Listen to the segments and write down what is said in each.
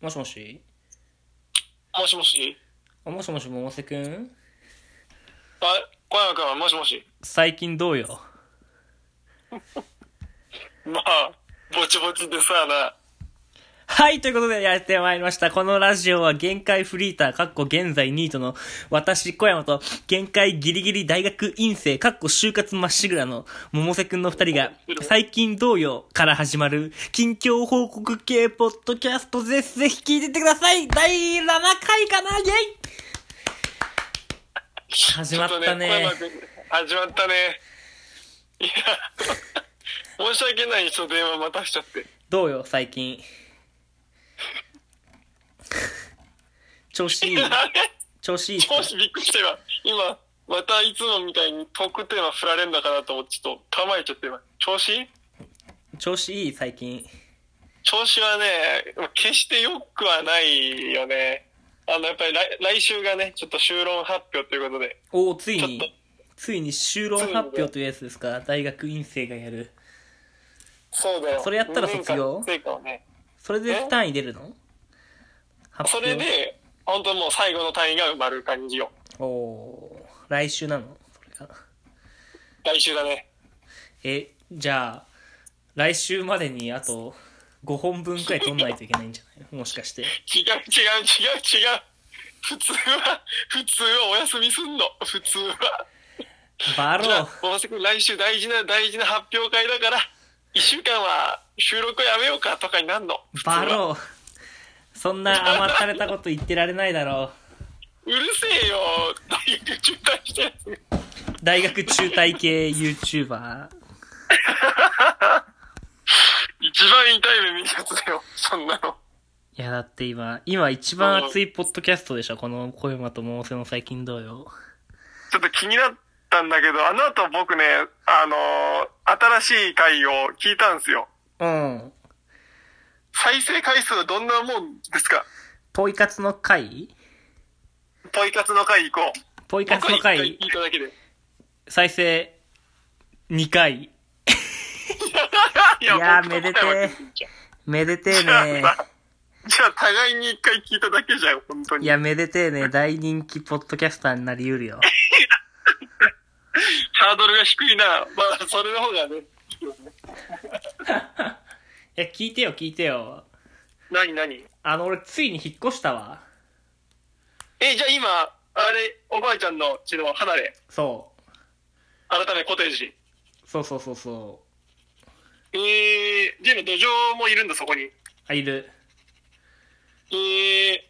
もしもしもしもしあもしもし、百瀬くんはい、小山君、もしもし。最近どうよまあ、ぼちぼちでさ、な。はい、ということでやってまいりました。このラジオは限界フリーター、かっこ現在ニートの私、小山と限界ギリギリ大学院生、かっこ就活まっしぐらの百瀬くんの二人が最近どうよから始まる近況報告系ポッドキャストです。ぜひ聞いてってください第7回かなイェイ始まったねちょと小山君始まったね。いや、申し訳ない人電話待たしちゃって。どうよ最近。調子いい あれ調子いいっすかもしびっくりした今。今、またいつもみたいにトークテーマ振られんだかなと思って、ちょっと構えちゃって、今。調子いい調子いい最近。調子はね、決して良くはないよね。あの、やっぱり来来週がね、ちょっと就論発表ということで。おお、ついちょっに、ついに就論発表というやつですか大学院生がやる。そうだよ。それやったら卒業二年間の成果をね。それでえ単位出るの発そ表。れで、本当もう最後の単位が埋まる感じよ。おおー、来週なのそれが。来週だね。え、じゃあ、来週までにあと5本分くらい取んないといけないんじゃない のもしかして。違う違う違う違う。普通は、普通はお休みすんの。普通は。バじロゃあ、大瀬君来週大事な大事な発表会だから、一週間は収録やめようかとかになんの。ー、普通はバロー。そんな甘ったれたこと言ってられないだろう。うるせえよ。大学中退したやつ。大学中退系 YouTuber。一番痛い目見たやつだよ。そんなの。いや、だって今、今一番熱いポッドキャストでしょこの小山と百瀬の最近同様。ちょっと気になったんだけど、あの後僕ね、あのー新しい回を聞いたんですよ。うん。再生回数はどんなもんですかポイ活の回ポイ活の回行こう。ポイ活の僕は一回、聞いただけで。再生2回。いやー僕とめでて小ー山君じゃんめでてえ じねゃあさじゃあ互いに一回聞いただけじゃん、本 当いに。や、めでてえね大人気ポッドキャスターになりうるよ。ハードルが低いな。まあ、それの方がね。いや、聞いてよ、聞いてよ。何何あの、俺、ついに引っ越したわ。え、じゃあ今、あれ、おばあちゃんの家の離れ、そ改めコテージ。う。そうそうそうそえー、でも土壌もいるんだ、そこに。う。あ、いる。え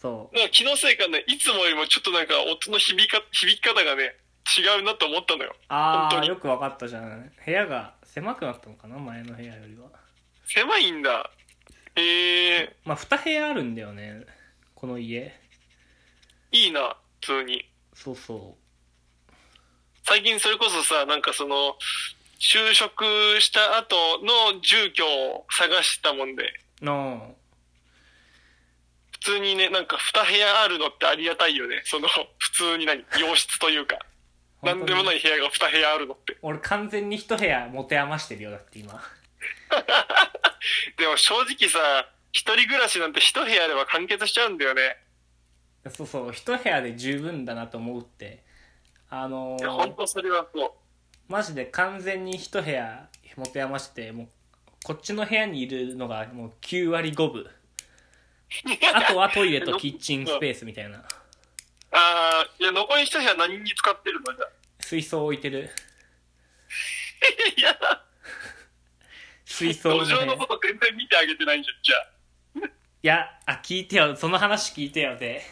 そー、なんか気のせいかね、いつもよりもちょっとなんか音の響か、響き方がね、違うなと思ったのう。よ。あ本当ー、によくわかったじゃん。部屋が狭くなったのかな前の部屋よりは。狭いんだ。えー、まあ、2部屋あるんだよね。この家。いいな、普通に。そうそ最近それこそさ、なんかその、就職した後の住居を探したもんで、う。の。普通にね、なんか2部屋あるのってありがたいよね。その、普通に何洋室というか、なんでもないい部屋が2部屋あるのって。俺完全に一部屋持て余してるよ、だって今。でも正直さ、一人暮らしなんて1部屋あれば完結しちゃうんだよね。そうそう、一部屋で十分だなと思うって。あのいや、ほんー、とそれはそう。 マジで完全に一部屋持て余して、もう、こっちの部屋にいるのがもう9割5分。あとはトイレ とキッチンスペースみたいな。あー、いや、残り1部屋何に使ってるのじゃあ。水槽置いてる。いや、水槽の部 土壌屋。のいこと全然見てあげてないじゃん、じや、あ、聞いてよ。その話聞いてよ。で、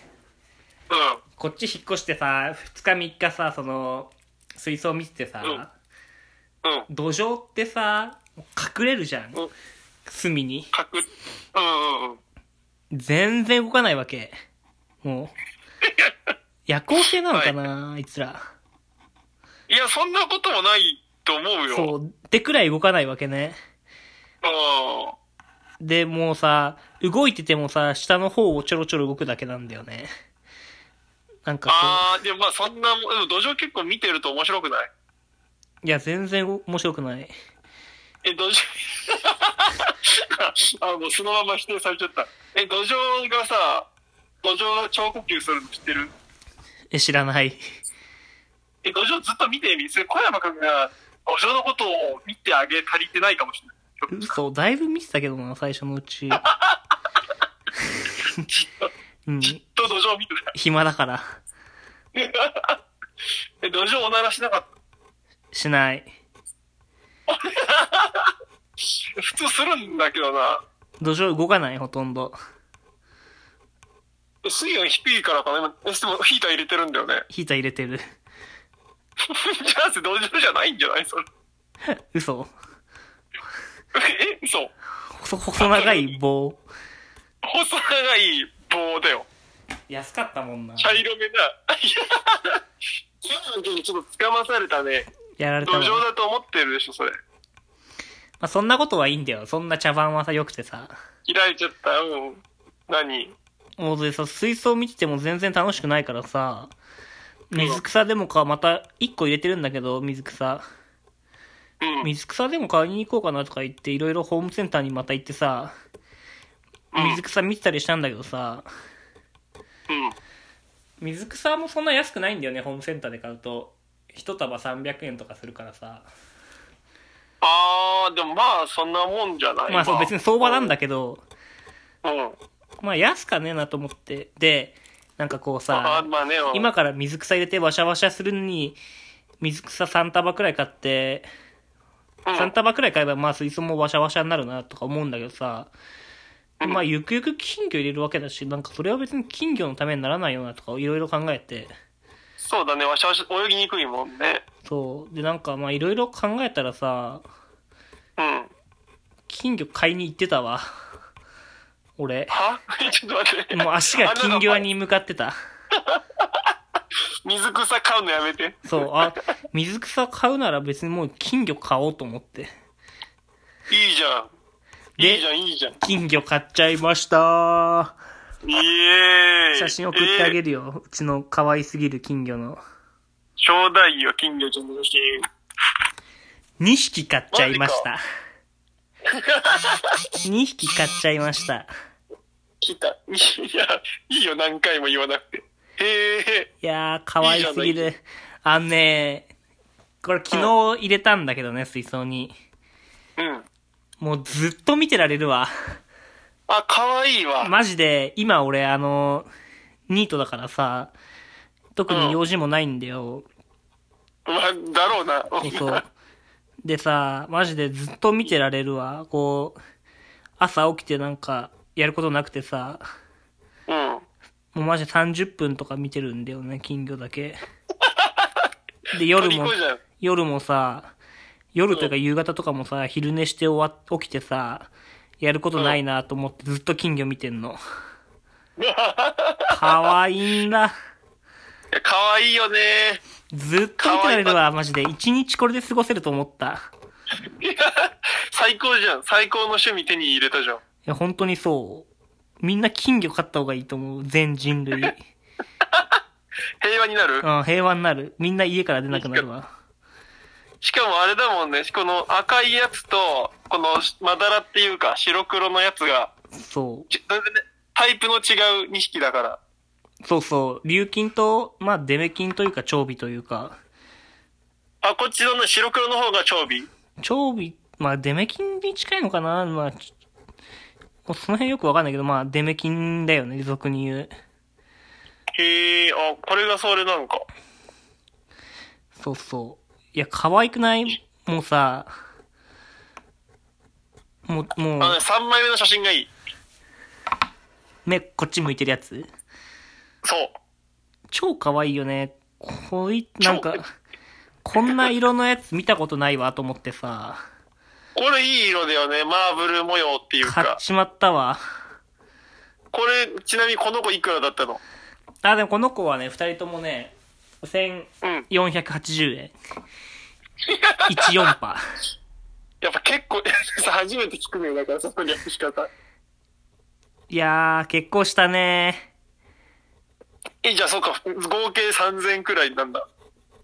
ゃあ。こっち引っ越してさ、2日3日さ、その、水槽見ててさ、うんうん、うん、土壌ってさ隠れるじゃんうん隅にかく、うんうんうん。全然動かないわけも う夜行性なのかな、あいつらいや、そんなこともないと思うよ。。そううでくらい動かないわけねん。でもうさ動いててもさ下の方をちょろちょろ動くだけなんだよねなんかこあー、でもまあそんなもん、でも土壌結構見てると面白くないういや全然面白くないえ、土壌、 あ、もうそのまま否定されちゃった。え、土壌がさ、土壌が超呼吸するの知ってるえ、知らない。え、土壌ずっと見てみ、それ小山くんが土壌のことを見てあげ足りてないかもしれない。嘘、だいぶ見てたけどな、最初のう ち。うん、と土壌見て暇だから。ない。え、土壌おならしなかっしない。た。普通するんだけどな。土壌動かない、ほとんど。水温低いからかな。今、え、でもヒーター入れてるんだよね。 ヒーター入れてる。じゃあ、土壌じゃないんじゃないそれ。嘘。え、嘘細、細長い棒。細長い棒だよ。安かったもんな。茶色めな。いや、君ちょっと捕まされたね。やられ土たもん。壌まだと思ってるでしょ、それ。あ、そんなことはいいんだよ。そんな茶番はさ、良くてさ。開いちゃった。うん。何もうでさ、水槽見てても全然楽しくないからさ、水草でもか、また1個入れてるんだけど、水草。うん。水草でも買いに行こうかなとか言って、いろいろホームセンターにまた行ってさ、うん水草見てたりしたんだけどさ、うん。水草もそんな安くないんだよね、ホームセンターで買うと。一束300円とかするからさ。あー、でもまあ、そんなもんじゃない。まあそう別に相場なんだけど、うん。うん。まあ安かねえなと思って。で、なんかこうあさ、まあね、うん今から水草入れてワシャワシャするのに、水草3束くらい買って、うん3束くらい買えばまあ水槽もワシャワシャになるなとか思うんだけどさ、うんまあゆくゆく金魚入れるわけだし、なんかそれは別に金魚のためにならないよなとかいろいろ考えて、そうだね、わしゃわしゃ泳ぎにくいもんね。そう。でなんかまあいろいろ考えたらさ、うん。金魚買いに行ってたわ。 俺。は ちょっと待って。もう足 が金魚あ屋なんかに向かってた。水草買うのやめて。そう、あ、水草買うなら別にもう金魚買おうと思って。いいじゃん。でいいじゃん、いいじゃん。金魚買っちゃいましたイエーイ。写真送ってあえーげるよ。うちの可愛すぎる金魚の。ちょうだいよ、金魚ちゃんの写真。 2匹買っちゃいま した。2匹買っちゃいました。来た。 いや、いいよ、何回も言わなくて。へえ、いやー、可愛すぎいいじゃる。あのね、これ昨日入れたんだけどね、水槽に。うん。もうずっと見てられるわ。あ、可愛いわ。マジで、今俺あの、ニートだからさ、特に用事もないんだよ。ま、だろうな。えそう。でさ、マジでずっと見てられるわ。こう、朝起きてなんか、やることなくてさ、うん。もうマジで30分とか見てるんだよね、金魚だけ。で、夜も虜、じゃん。夜もさ、夜というか夕方とかもさ、昼寝して終わっ、起きてさ、やることないなと思ってずっと金魚見てんの。かわいいんだ。いや可愛いよね。ずっと見てられるわ、マジで。一日これで過ごせると思った。いや最高じゃん。最高の趣味手に入れたじゃん。いや、本当にそう。みんな金魚飼った方がいいと思う。全人 類。うん、平和になる。平和になる。みんな家から出なくなるわ。しかもあれだもんね。この赤いやつと、このまだらっていうか白黒のやつが、そち全然ねタイプの違う2匹だから。う。そうそう。琉金と、まあ、デメ金というか、長尾というか。あ、こっちのね、白黒の方が長尾。長尾、まあ、デメ金に近いのかなまあ、ちもうその辺よくわかんないけど、まあ、デメ金だよね、俗に言う。へえ、あ、これがそれなのか。そうそう。いや、可愛くないもうさ、もう、もうあの、ね、3枚目の写真がいい。目、こっち向いてるやつそう。超可愛いよね。こい、超なんか、こんな色のやつ見たことないわと思ってさ、これいい色だよね。マーブル模様っていう買っか。ちまったわ。これ、ちなみにこの子いくらだったのあ、でもこの子はね、二人ともね、うん。 1480円。14パやっぱ結構、 さ初めて聞くのよ。だから、その略し方。いやー、結構したね。え、じゃあそうか。合計3000くらいなんだ。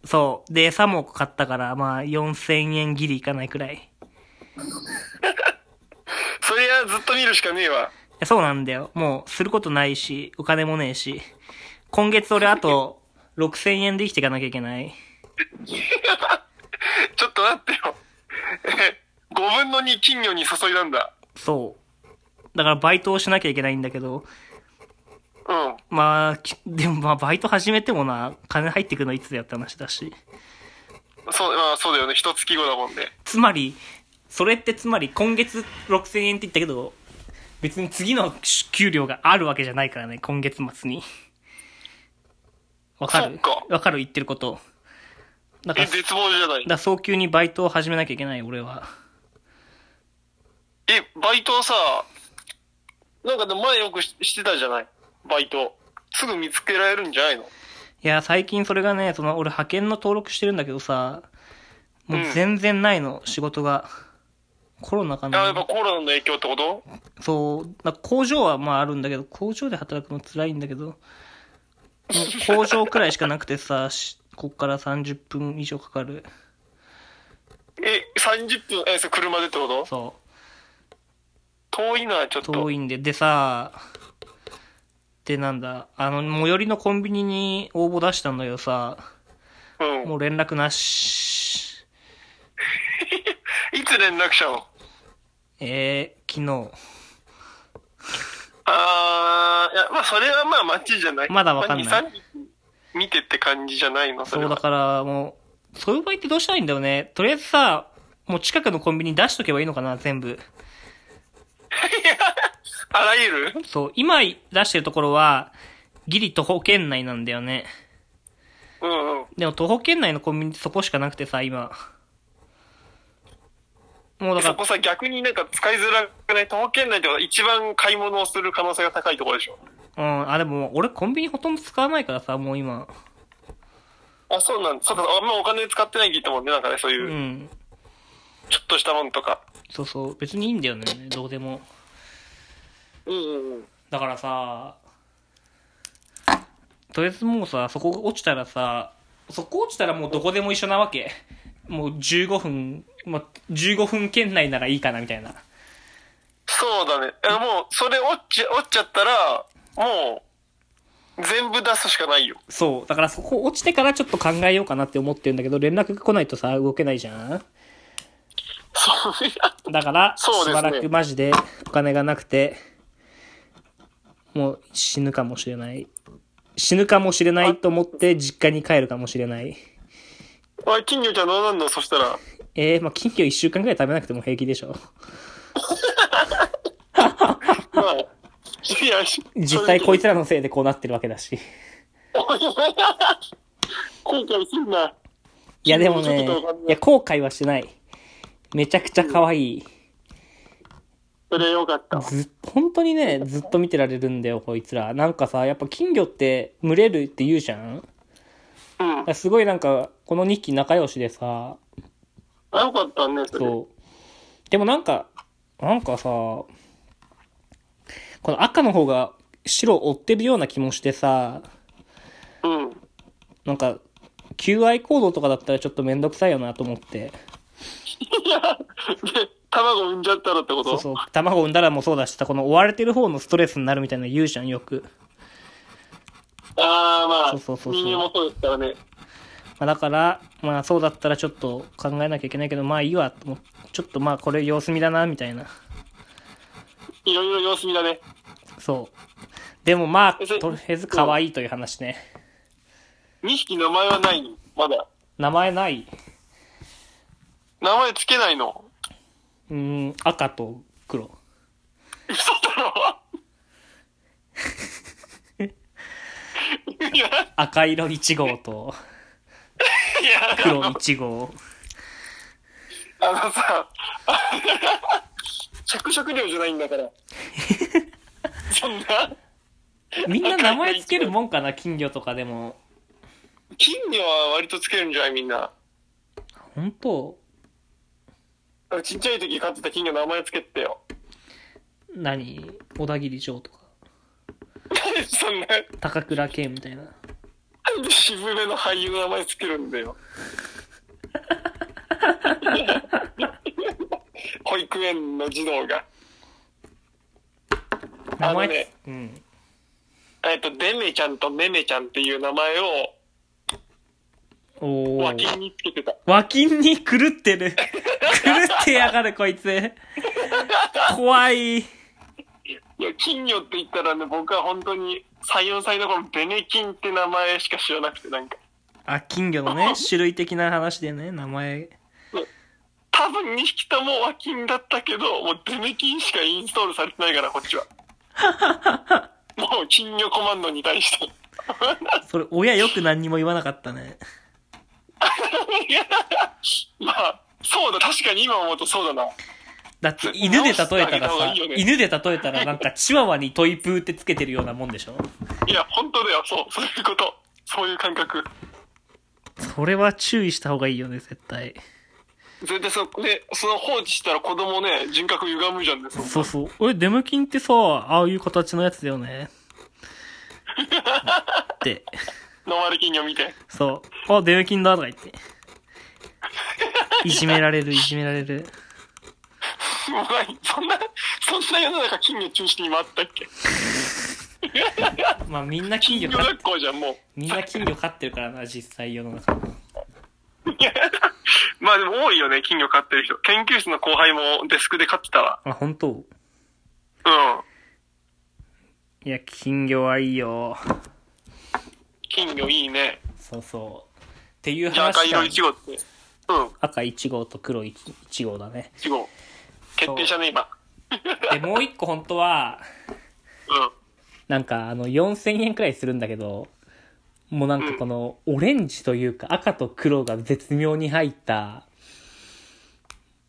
そう。で、餌も買ったから、まあ、4000円ギリいかないくらい。そりゃずっと見るしかねえわ。や、そうなんだよ。もう、することないし、お金もねえし。今月俺あと、6000円で生きていかなきゃいけない。ちょっと待 ってよ。え、5分の2金魚に注いだんだ。そう。だからバイトをしなきゃいけないんだけど、うん。まあ、きでもまあ、バイト始めてもな、金入ってくのいつだよって話だし。そう、まあそうだよね。一月後だもんね。つまり、それってつまり今月6000円って言ったけど、別に次の給料があるわけじゃないからね、今月末に。わかそっるかわかる言ってること。だから、だえ、か絶望じゃない。ら早急にバイトを始めなきゃいけない、俺は。え、バイトさ、なんかでも前よくししてたじゃないバイト。すぐ見つけられるんじゃないのいや、最近それがね、その、俺派遣の登録してるんだけどさ、もう全然ないの、仕事が。コロナかあなやっ。ぱコロナの影響ってことそう、なんか工場はまああるんだけど、工場で働くの辛いんだけど、もう工場くらいしかなくてさ、 しこっから30分以上かかる。え、30分、え、それ車でってことそ遠いな、ちょっう、と。遠いんで。でさ、でなんだ、あの、最寄りのコンビニに応募出したんだけどさ、うん。もう連絡なし。いつ連絡したのえー、昨日。あー、いや、まあそれはまあ街じゃない。まだわかんないまあ2 3日見てって感じじゃないのそれそうだは。からもう、そういう場合ってどうしたらいいんだよね。とりあえずさ、もう近くのコンビニに出しとけばいいのかな、全部。あらゆるそう、今出してるところは、ギリ徒歩圏内なんだよね。うんうん。でも徒歩圏内のコンビニってそこしかなくてさ、今。もうだそかこさ、逆になんか使いづらくない徒歩圏内ってことは一番買い物をする可能性が高いところでしょら、うん、あ、でも俺コンビニほとんど使わないからさ、もう今。あ、そうなんだ。そうか、あんまお金使ってないって言ったもんね、なんかね、そうういう、ん。ちょっとしたもんとか。そうそう、別にいいんだよね、どうでも。うんうんうん。だからさ、とりあえずもうさ、そこ落ちたらさ、そこ落ちたらもうどこでも一緒なわけ。もう15分、まあ、15分圏内ならいいかなみたいな。そうだね。あもう、それ折っちゃ、折っちゃったら、もう、全部出すしかないよ。そう。だからそこ落ちてからちょっと考えようかなって思ってるんだけど、連絡が来ないとさ、動けないじゃんそう。 だから、そうしですばねらくマジでお金がなくて、もう死ぬかもしれない。死ぬかもしれないと思って実家に帰るかもしれない。おい、金魚ちゃんどうなんのそしたら。えー、まあ、金魚一週間くらい食べなくても平気でしょ。ま あ、いや、し実際こいつらのせいでこうなってるわけだし。おいおいおい後悔するな。いやでもちょね、っいとわかんないや後悔はしてない。めちゃくちゃ可愛い。それよかった。うん。ず、本当にね、ずっと見てられるんだよ、こいつら。なんかさ、やっぱ金魚って群れるって言うじゃんだからすごいなんか、この2匹仲良しでさ、あよかったね、それ。そう。でもなんか、なんかさ、この赤の方が白を追ってるような気もしてさ、うん。なんか、求愛行動とかだったらちょっとめんどくさいよなと思って。いや、で、卵産んじゃったらってことそうそう。卵産んだらもそうだしさ、この追われてる方のストレスになるみたいなの言うじゃん、よく。ああ、まあ、そうそうそうそう人間もそうですからね。まあ、だから、まあそうだったらちょっと考えなきゃいけないけど、まあいいわ、と思ってちょっとまあこれ様子見だな、みたいな。いろいろ様子見だね。そう。でもまえあ、それとりあえず可愛いという話ね。 2匹名前はないのまだ。名前ない。名前つけないのうーん、赤と黒。嘘だろいや、い赤色1号とや、黒1号。あのさ、着色料じゃないんだから。そんな、みんな名前つけるもんかな、金魚とかでも。金魚は割とつけるんじゃないみんな。ほんとちっちゃい時飼ってた金魚名前つけてたよ。何小田切城とか、そんな、高倉健みたいな。渋めの俳優の名前つけるんだよ。 保育園の児童が。名前、あのねうん。えっと、デメちゃんとメメちゃんっていう名前をおー。脇につけてた。和金に狂ってる。狂ってやがる、こいつ。怖い。いや、金魚って言ったらね、僕は本当に3、4歳の頃、ベネキンって名前しか知らなくて、なんか、あ、金魚の ね、種類的な話でね、名前。多分2匹とも和金だったけど、もうベネキンしかインストールされてないから、こっちは。もう金魚コマンドに対して。それ、親よく何にも言わなかったね。いやまあ、そうだ、確かに今思うとそうだな。だって、犬で例えたら直してあげた方さがいいよ、ね犬で例えたらなんか、チワワにトイプーってつけてるようなもんでしょいや、本当だよ、そう、そういうこと。そういう感覚。それは注意した方がいいよね、絶対。絶対その、ね、その放置したら子供ね、人格歪むじゃんね、そのそうそう。俺、デムキンってさ、ああいう形のやつだよ ね。って。ノワル金魚見て。 そう。あ、デムキンだとか言って。いじめられ る、いじめられる。うまい。そんな、そんな世の中金魚中心に回ったっけまあみんな金金魚魚飼っ学校じゃん、もみんな金魚飼ってるからな、実際世の中。う。いや まあでも多いよね、金魚飼ってる人。研究室の後輩もデスクで飼ってたわ。あ、本当うん。いや、金魚はいいよ。金魚いいね。そうそう。っていうじゃあ赤話色が1号って。うん、赤1号と黒 1, 1号だね。 1号。決定したね、今。で、もう一個本当は、うん。なんかあの4000円くらいするんだけど、もうなんかこのオレンジというか赤と黒が絶妙に入った、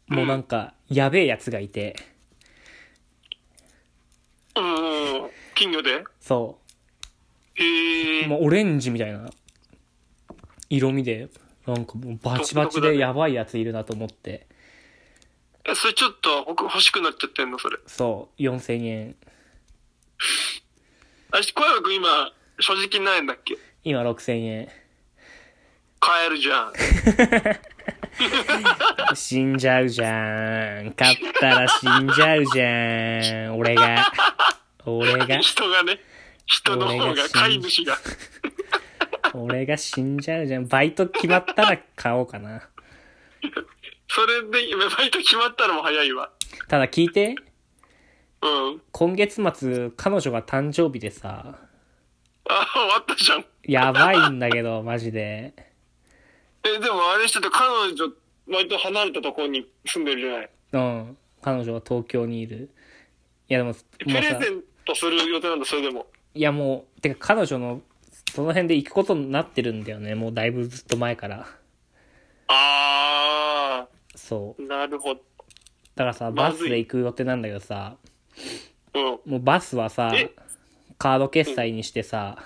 もうなんかやべえやつがいて、うんうん。金魚でそへえう。。もうオレンジみたいな色味で、なんかもうバチバチでやばいやついるなと思って、えそれちょっと僕欲しくなっちゃってんの、それ。そう、4000円。あし、小山くん今、所持金何円だっけ今6000円。買えるじゃん。死んじゃうじゃん。勝ったら死んじゃうじゃん。俺が。俺が。人がね。人の方が、飼い主が。俺が死んじゃうじゃん。バイト決まったら買おうかな。それで、バイト決まったのも早いわ。ただ聞いて。うん。今月末、彼女が誕生日でさ。あ、終わったじゃん。やばいんだけど、マジで。え、でもあれしてて、彼女、割と離れたところに住んでるじゃない。うん。彼女は東京にいる。いやでも、もプうレさゼ。ントする予定なんだ、それでも。いやもう、てか彼女の、その辺で行くことになってるんだよね。もうだいぶずっと前から。あそう。ー、なるほど。だからさ、まバずいスで行く予定なんだけどさ。うもうバスはさえ、カード決済にしてさ、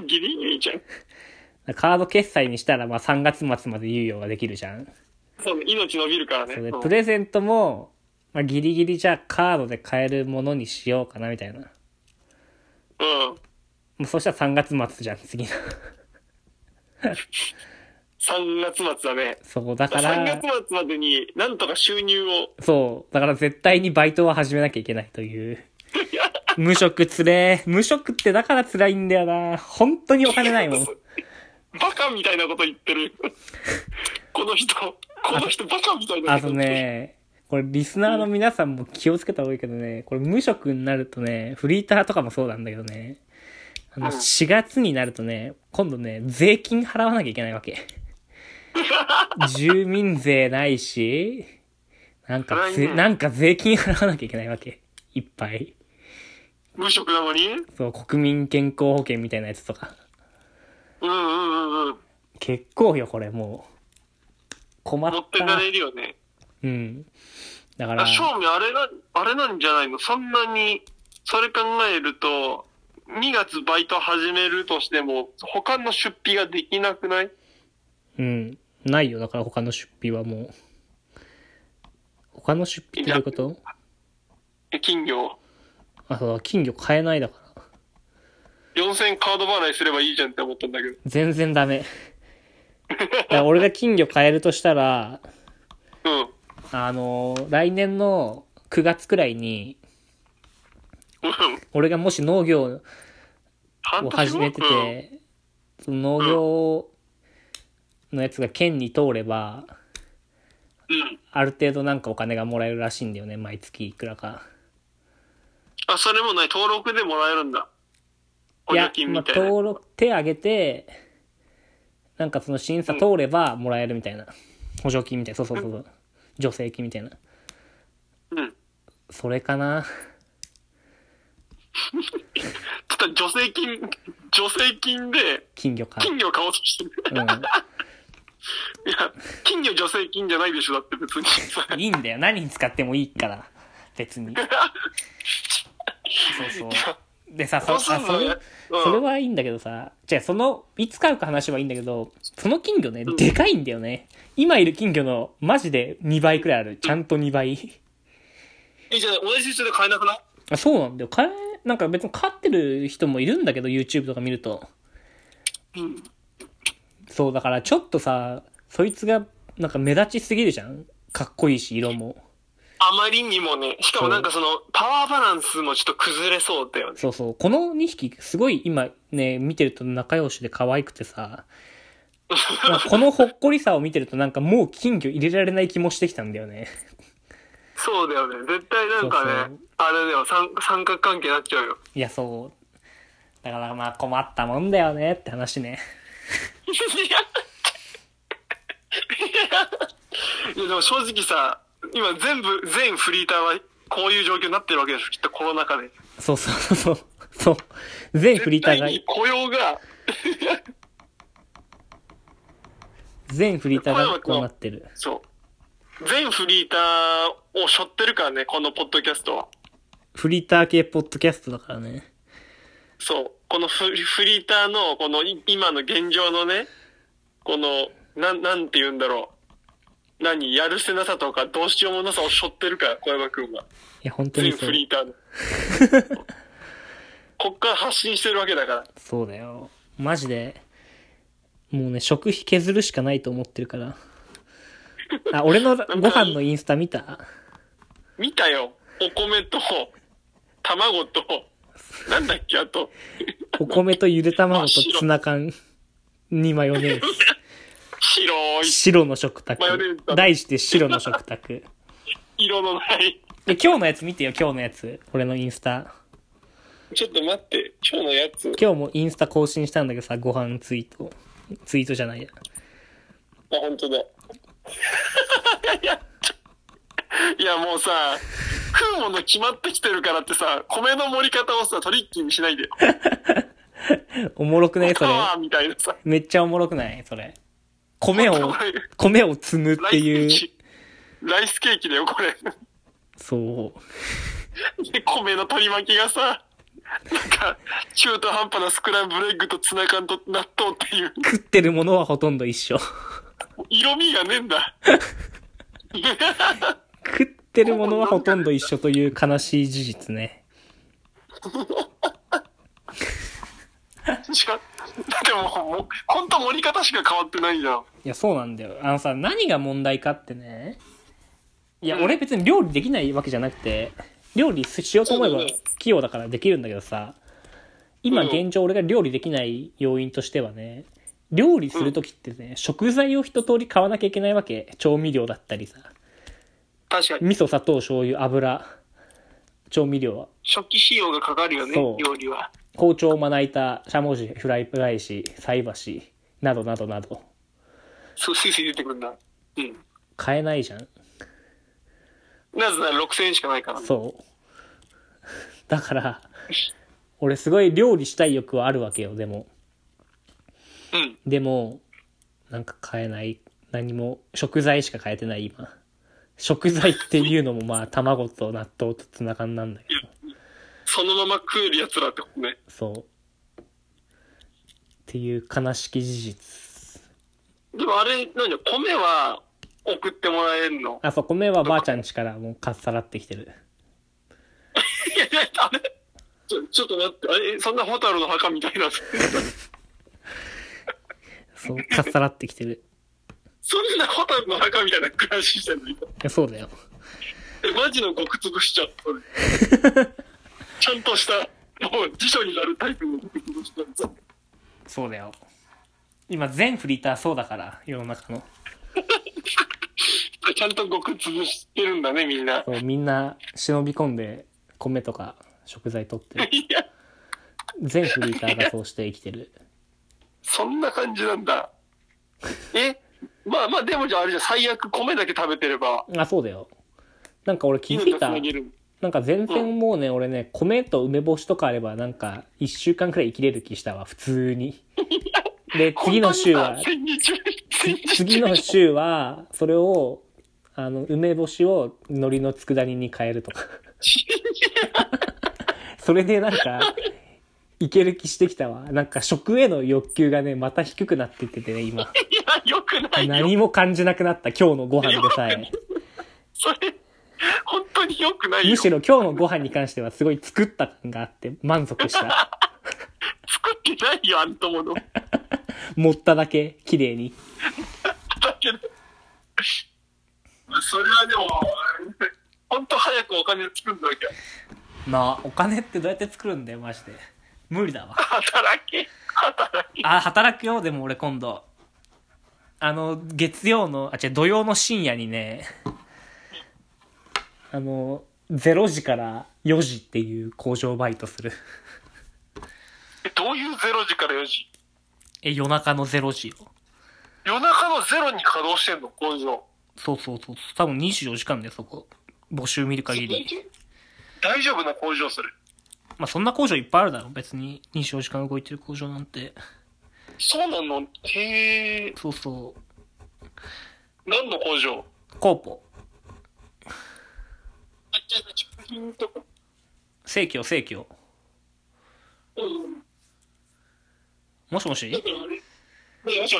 ん。 ギリギリじゃん。カード決済にしたらまあ3月末まで猶予ができるじゃん。そうね、命伸びるからね。それでうんプレゼントも、まあ、ギリギリじゃあカードで買えるものにしようかなみたいな。もうん。うそしたら3月末じゃん、次の。 3月末だね。そう、だか3ら月、末までに、なんとか収入を、そう、だから絶対にバイトは始めなきゃいけないという。無職つれー無職ってだから辛いんだよな。本当にお金ないもん。バカみたいなこと言っ てる。この人、この人バカみたいなあことと言ってる。ね、これリスナーの皆さんも気をつけた方がいいけどね、これ無職になるとね、フリーターとかもそうなんだけどね、あの、うん4月になるとね、今度ね、税金払わなきゃいけないわけ。住民税ないし、なんか辛いぜ、ねなんか税金払わなきゃいけないわけ。いっぱい。無職なのにうんそう、国民健康保険みたいなやつとか。うんうんうん。結構よ、これもう。困っ持ってた。かれるよね。うん。だからあ、、正味あれが、あれなんじゃないのそんなに、それ考えると、2月バイト始めるとしても、他の出費ができなくないうん。ないよ。だから他の出費はもう。他の出費ってどういうことえ金魚。あ、そうだ、金魚買えないだから。 4000カード払いすればいいじゃんって思ったんだけ全然ダメ。だから俺が金魚買えるとしたら、ど。うん。あのー来年の9月くらいに、うん俺がもし農業を半年始後めてうんて、その農業のやつが県に通れば、うん。ある程度なんかお金がもらえるらしいんだよね、毎月いくらか。あ、それもない。登録でもらえるんだ。補助金みたいな。登録、手挙げて、なんかその審査通ればもらえるみたいな。補助金みたいな。そうそうそうそう。助成金みたいな。うん。それかな。ちょっと助成金、助成金で金魚か。金魚買おうとしてる。ういや、金魚助成金じゃないでしょ、だって別 に。ん。いいんだよ。何に使ってもいいから。別に。そうそう。でさ、そあそうそそうれうんそれはいいんだけどさ、じゃあその、いつ買うか話はいいんだけど、その金魚ね、でかいんだよね。今いる金魚の、マジで2倍くらいある。ちゃんと2倍。いいじゃない、同じ人で買えなくないあそうなんだよ。買え、なんか別に飼ってる人もいるんだけど、YouTube とか見ると。うん。そう、だからちょっとさ、そいつが、なんか目立ちすぎるじゃんかっこいいし、色も。あまりにもね、しかもなんかその、パワーバランスもちょっと崩れそうだよね。そうそう。この2匹、すごい今ね、見てると仲良しで可愛くてさ、なんかこのほっこりさを見てるとなんかもう金魚入れられない気もしてきたんだよね。そうだよね。絶対なんかね、そうあれだよ三、三角関係になっちゃ うよ。いや、そう。だからまあ困ったもんだよねって話ね。いや、いやでも正直さ、今全部、全フリーターはこういう状況になってるわけでしょ、きっとコロナ禍で。そうそうそうそう。そう。全フリーターが絶、対に雇用が、全フリーターがこうなってる。そう。全フリーターを背負ってるからね、このポッドキャストは。フリーター系ポッドキャストだからね。そう。このフリフリーターの、このい今の現状のね、この、なん、なんて言うんだろう。何、やるせなさとか、どうしようもなさを背負ってるから、小山くんは。いや、本当に全そうフ。リーターの。こっから発信してるわけだから。そうだよ。マジで、もうね、食費削るしかないと思ってるから。あ、俺のご飯のインスタ見た見たよ。お米と、卵と、なんだっけ、あと。お米とゆで卵とツナ缶にマヨネーズ。白い白の食卓マヨネーズ。だ題して白の食卓。色のない。で、今日のやつ見てよ、今日のやつ。俺のインスタ。ちょっと待って、今日のやつ。今日もインスタ更新したんだけどさ、ご飯ツイート。ツイートじゃないや。あ、本当だ。いや、 いやもうさ、食うもの決まってきてるからってさ、米の盛り方をさ、トリッキーにしないでよ。おもろくないそパれ。ワーみたいなさ。めっちゃおもろくないそれ。米おを前、米を積むっラてイスケいーう。キ。ライスケーキだよ、これ。 そう。で米の取り巻きがさ、なんか、中途半端なスクランブルエッグとツナ缶と納豆っていう、食ってるものはほとんど一緒。 色味がねえんだ。食ってるものはほとんど一緒という悲しい事実ね。違う。だってもうもう、ほんと盛り方しか変わってないじゃん。いや、そうなんだよ。あのさ、何が問題かってね。いや、俺別に料理できないわけじゃなくて、料理しようと思えば器用だからできるんだけどさ、今うん現状俺が料理できない要因としてはね、料理するときってね、食材を一通り買わなきゃいけないわけ。調味料だったりさ。確かに。味噌、砂糖、醤油、油、調味料は。初期費用がかかるよねそ、う料理は。包丁、まな板、しゃもじ、フライ返し、菜箸、などなどなど。そう、スイスイ出てくるんだ。うん。買えないじゃん。なぜなら6000円しかないから。そう。 だから、俺すごい料理したい欲はあるわけよ、でも。うん。でも、なんか買えない。何も、食材しか買えてない、今。食材っていうのもまあ、卵と納豆とツナ缶なんだけど。そのまま食える奴らってことね。そう。っていう悲しき事実。でもあれ、なんだ米は送ってもらえ んのあ、そう、米はばあちゃん家からもうかっさらってきてる。いやいや、あれちょちょっと待って、あれそんなホタルの墓みたいな。 そう、かっさらってきてる。そんなホタルの墓みたいな暮らししてんのい今やそうだよ。 えマジの極粒しちゃう。それちゃんとした、もう辞書になるタイプの人なんですよそうだよ。今、全フリーターそうだから、世の中の。ちゃんとごく潰してるんだね、みんな。そうみんな忍び込んで、米とか食材取ってる。いや、全フリーターがそうして生きてる。そんな感じなんだ。えまあまあ、でもじゃああれじゃん最悪米だけ食べてれば、あ、そうだよ。なんか俺気づ犬いとた繋。げる。なんか全然もうね、俺ね、米と梅干しとかあれば、なんか、一週間くらい生きれる気したわ、普通に。で、次の週は、千日目、千日目次の週は、それを、あの、梅干しを海苔の佃煮に変えるとか。それでなんか、いける気してきたわ。なんか食への欲求がね、また低くなってっててね、今。いや、よくないよ。何も感じなくなった、今日のご飯でさえ。それ、本当によくないよ。むしろ今日のご飯に関してはすごい作った感があって満足した。作ってないよ、あんたもの。だ盛っただけ、綺麗に。けど。それはでも、本当早くお金作んなきゃ。なあ、お金ってどうやって作るんだよ、マジで。無理だわ。働け、働け。あ、働くよ、でも俺今度。あの、月曜の、あ、違う、土曜の深夜にね、あの、0時から4時っていう工場バイトする。えどういう0時から4時え、夜中の0時よ。夜中のゼロに稼働してんの工場。そうそうそう。多分24時間だよ、そこ。募集見る限り。大丈夫な工場それ。まあ、そんな工場いっぱいあるだろ、別に。24時間動いてる工場なんて。そうなのへえ。そうそう。何の工場コーポ。食品とか。正規を正規を。うん。もしもしもしもし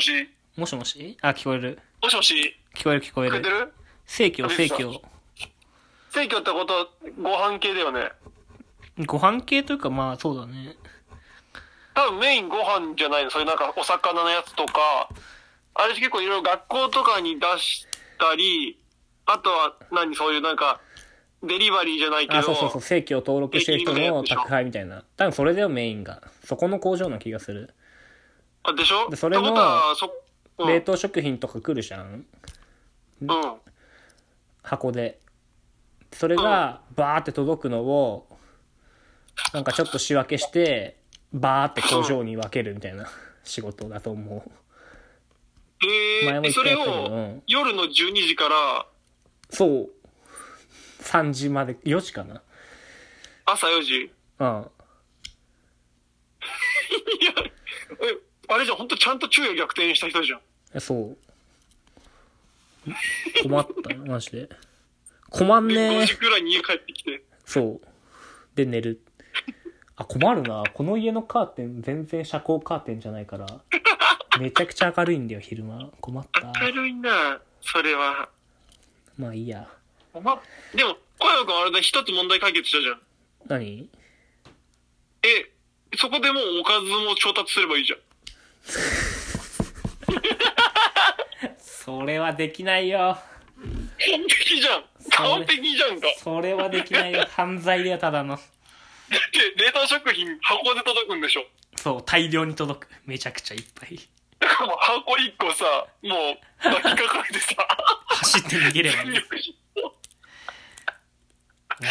もしもしあ、聞こえる。もしもし聞こえる聞こえ聞こえるて。る正規を正規を。生協ってことはご飯系だよね。ご飯系というか、まあそうだね。多分メインご飯じゃないの。そういうなんかお魚のやつとか、あれ結構いろいろ学校とかに出したり、あとは何そういうなんか、デリバリーじゃないけど、あ、そうそうそう、正規を登録してる人の宅配みたいな。多分それだよ、メインが。そこの工場な気がする。あでしょでそれもってことは、そ、うん、冷凍食品とか来るじゃんうん。箱で。それが、バーって届くのを、なんかちょっと仕分けして、バーって工場に分けるみたいな仕事だと思う。へ前えも言ったそれやつだけどうをん夜の12時からそう。3時まで、4時かな朝4時。いうん。や、え、あれじゃん、ほんとちゃんと昼夜逆転した人じゃん。えそう。困 った、マジで。困んで、ね5え時。くらいに家帰ってきて。そう。で、寝る。あ、困るな。この家のカーテン、全然遮光カーテンじゃないから、めちゃくちゃ明るいんだよ、昼間。困った。明るいなそれは。まあいいや。ま、でも、小山くんあれだ、一つ問題解決したじゃん。何え、そこでもうおかずも調達すればいいじゃん。それはできないよ。完璧じゃんそう完ね璧じゃんかそれはできないよ。犯罪だよ、ただの。だって冷凍食品箱で届くんでしょそう、大量に届く。めちゃくちゃいっぱい。だからもう箱一個さ、もう抱きかかえてさ、走って逃げればいい。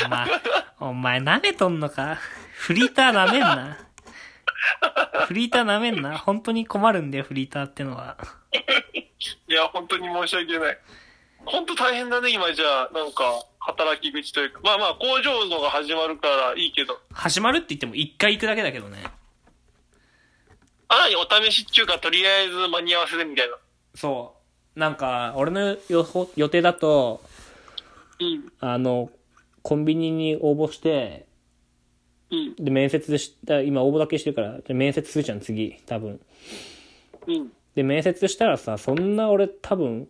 お前、お前舐めとんのかフリーター舐めんな。フリーター舐めんな。本当に困るんだよ、フリーターってのは。いや、本当に申し訳ない。本当大変だね、今じゃあ、なんか、働き口というか。まあまあ、工場のが始まるからいいけど。始まるって言っても一回行くだけだけどね。あなにお試しっていうか、とりあえず間に合わせでみたいな。そう。なんか、俺の予報予定だと、うん、あの、コンビニに応募して、うん、で、面接でした、今応募だけしてるから、で面接するじゃん、次、多分。うん。で、面接したらさ、そんな俺多分、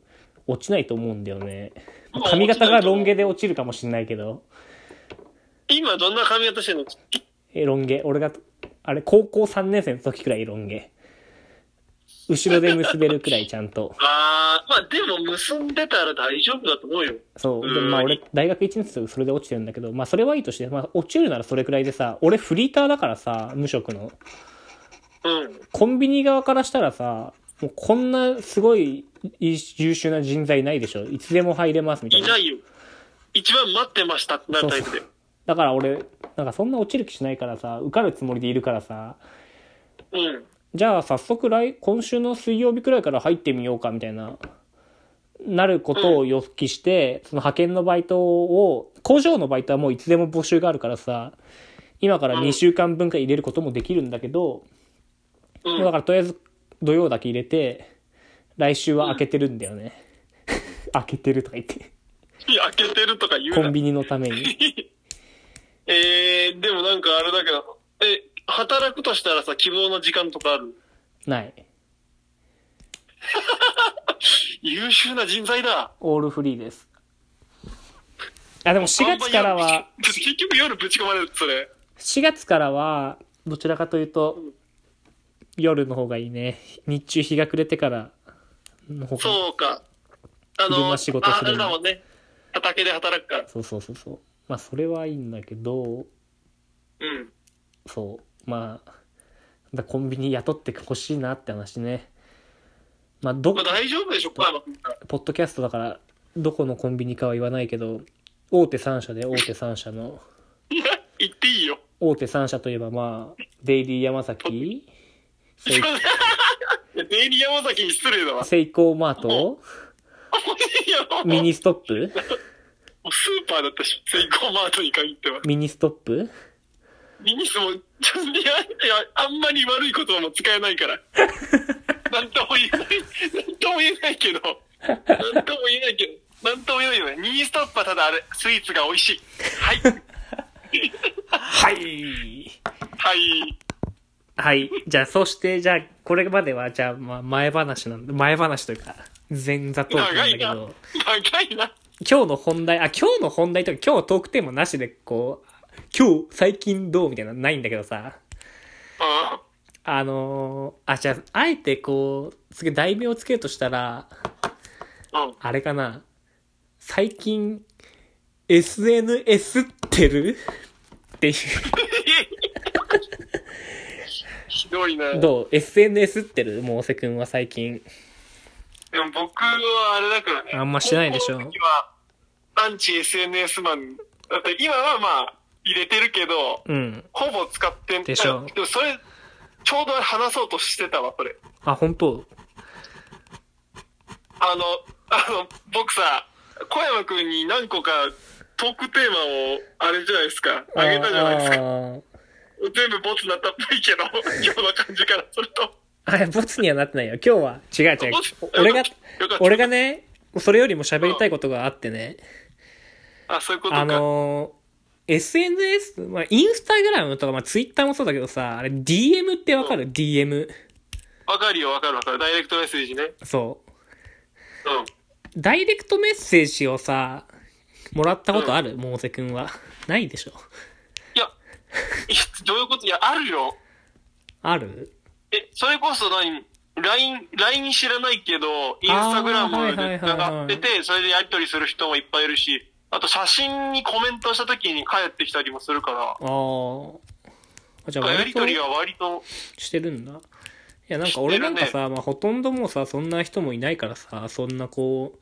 落ちないと思うんだよねうん。髪型がロン毛で落ちるかもしんないけど。今どんな髪型してんのえ、ロン毛。俺が、あれ、高校3年生の時くらいロン毛。後ろで結べるくらいちゃんと。ああ、まあでも結んでたら大丈夫だと思うよ。そう。でうんまあ俺、大学1年生でそれで落ちてるんだけど、まあそれはいいとして、まあ落ちるならそれくらいでさ、俺フリーターだからさ、無職の。うん。コンビニ側からしたらさ、もうこんなすごい優秀な人材ないでしょ。いつでも入れますみたいいな。ないよ。一番待ってましたってなるタイプで。だから俺、なんかそんな落ちる気しないからさ、受かるつもりでいるからさ、うん。じゃあ早速来、今週の水曜日くらいから入ってみようかみたいな、なることを予期して、その派遣のバイトを、工場のバイトはもういつでも募集があるからさ、今から2週間分か入れることもできるんだけど、うん。だからとりあえず土曜だけ入れて、来週は開けてるんだよね。 開けてるとか言って。いや開けてるとか言コうンな。ビニのために。 えー、でもなんかあれだけど、え、働くとしたらさ、希望の時間とかあるない。優秀な人材だ。オールフリーです。あ、でも4月からは、ちょっと結局夜ぶち込まれる、それ。 4月からは、どちらかというと、夜の方がいいね。日中日が暮れてからの方がそうか。あ昼の、間仕事するああれだもんね。畑で働くから。そうそうそうそう。まあ、それはいいんだけど、うん。そう。まあ、だコンビニ雇ってほしいなって話ね。まあ、どまあ、、大丈夫でしょ、小山君から。ポッドキャストだから、どこのコンビニかは言わないけど、大手3社で、大手3社の、いや、言っていいよ。大手3社といえば、まあ、デイリー山崎、セイいや デイリー山崎に失礼だわ。セイコーマート、いや、 もうミニストップもうスーパーだったし、セイコーマートに限っては。ミニストップミニスも、ちょいや、いや、あんまり悪いことはもう使えな いから。なんとも言えない、なんとも言えないけど、なんとも言えないけど、なんとも言えないよね。ミニストップはただあれ、スイーツが美味しい。はい。はい。はい。はい。じゃあ、そして、じゃあ、これまでは、じゃあ、まあ、前話なんで、前話というか、前座トークなんだ長いけな。ど、長いな。今日の本題、あ、今日の本題とか、今日のトークテーマなしで、こう、今日、最近どうみたいなのないんだけどさ、ああのーあ、じゃあ、あえてこう、次題名をつけるとしたら、あ。うん。 あれかな。最近、SNS ってるっていひどいう。な。でもどう ?SNS ってるもう、せくんは最近。僕はあれだからね。あんましてないでしょ高校の時は、アンチ SNS マン。だって今はまあ、入れてるけど、うん。ほぼ使ってんでしょあでもそれ、ちょうど話そうとしてたわ、それ。あ、本当あの、あの、僕さ、小山くんに何個かトークテーマを、あれじゃないですか、あげたじゃないですか。あ全部ボツになったっぽいけど、今日の感じからすると。ーあれ、ボツにはなってないよ。今日は、違う違うボツ。俺がよかった、俺がね、それよりも喋りたいことがあってね。あ、そういうことか。あのー SNS、まあ、インスタグラムとか、まあ、ツイッターもそうだけどさ、あれ、DM ってわかる ?DM。わかるよ、わかるわかる。ダイレクトメッセージね。うん。そう。ダイレクトメッセージをさ、もらったことある、百瀬くんは。ないでしょ。いや、いやどういうこといや、あるよ。あるえ、それこそ何 ?LINE、LINE 知らないけど、インスタグラムはいはいはいはいで繋がってて、それでやり取りする人もいっぱいいるし、あと写真にコメントした時に帰ってきたりもするから、あーあ。じゃあ、や割りと取りは割と、してるんだ。いや、なんか俺なんかしてさ、まあ、ほとんどもうさ、そんな人もいないからさ、そんなこう、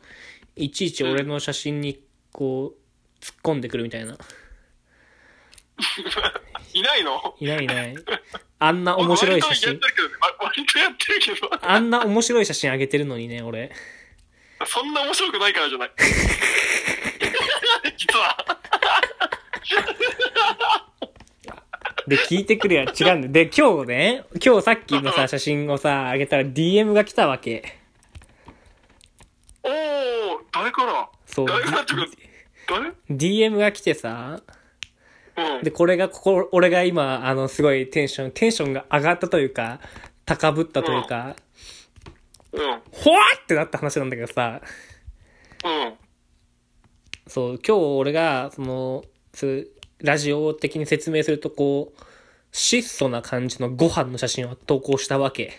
いちいち俺の写真に、こう、突っ込んでくるみたいな。いないのいないいない。あんな面白い写真割とやって。るけどね、わ割とやってるけど、あんな面白い写真あげてるのにね、俺。そんな面白くないからじゃない。 実は。で、聞いてくれや、違うんだよ。で、今日ね、今日さっきのさ、写真をさ、あげたら DM が来たわけ。おー、誰からそう誰からってか、誰 DM が来てさ、うん。で、これが、ここ、俺が今、あの、すごいテンション、テンションが上がったというか、高ぶったというか、うん。ほわーってなった話なんだけどさ、うん。そう、今日俺が、その、すラジオ的に説明すると、こう、質素な感じのご飯の写真を投稿したわけ。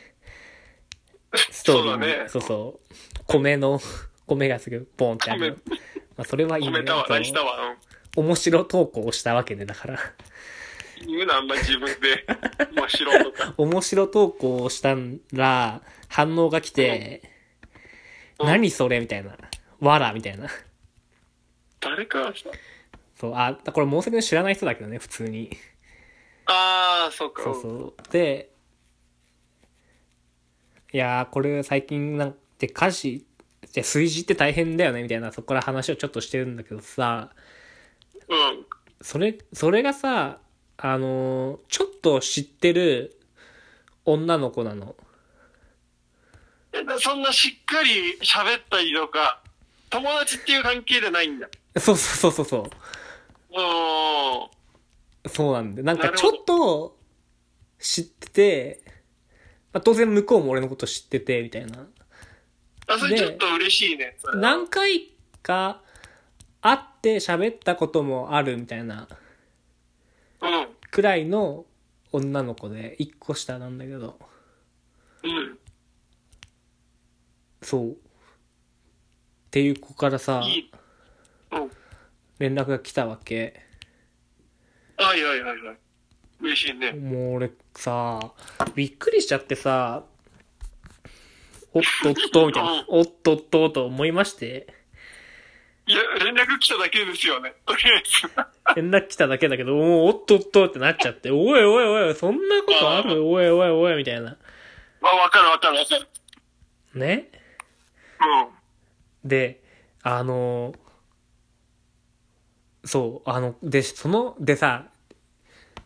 ストーリーに。そうだねそうそう米の、米がすぐポンってあるの。まあ、それはいい褒ねめたわ、あと何したわ。うん面白投稿をしたわけね、だから。言うな、あんま自分で。面白いとか。面白投稿をしたら、反応が来て、うん何それみたいな。わらみたいな。誰かがした。そう、あ、これ、もうすぐ知らない人だけどね、普通に。あー、そっか。そううんそう。で、いやー、これ最近なんて家事、じゃ炊事って大変だよね、みたいな、そこから話をちょっとしてるんだけどさ、うん。それ、それがさ、あのーちょっと知ってる女の子なの。 えだそんなしっかり喋ったりとか、友達っていう関係でないんだ。そうそうそうそううーん。そう。そうなんで。なんかなるちほょどっと知ってて、まあ、当然向こうも俺のこと知ってて、みたいな。あ、そでれちょっと嬉しいね。それ何回か会って喋ったこともあるみたいなうん。くらいの女の子で、一個下なんだけど。うん。そう。っていう子からさ、いい。うん。連絡が来たわけ。はいはいはいはい。嬉しいね。もう俺さ、びっくりしちゃってさ、おっとっと、みたいな、おっとっと、と思いまして、いや、連絡来ただけですよね。とりあえず。 連絡来ただけだけど、もうおっとっとってなっちゃって、おいおいおい、そんなことあるおいおいおい、みたいな。まあ、わかるわかるわかる。ねうん。で、あのそう、あの、で、その、でさ、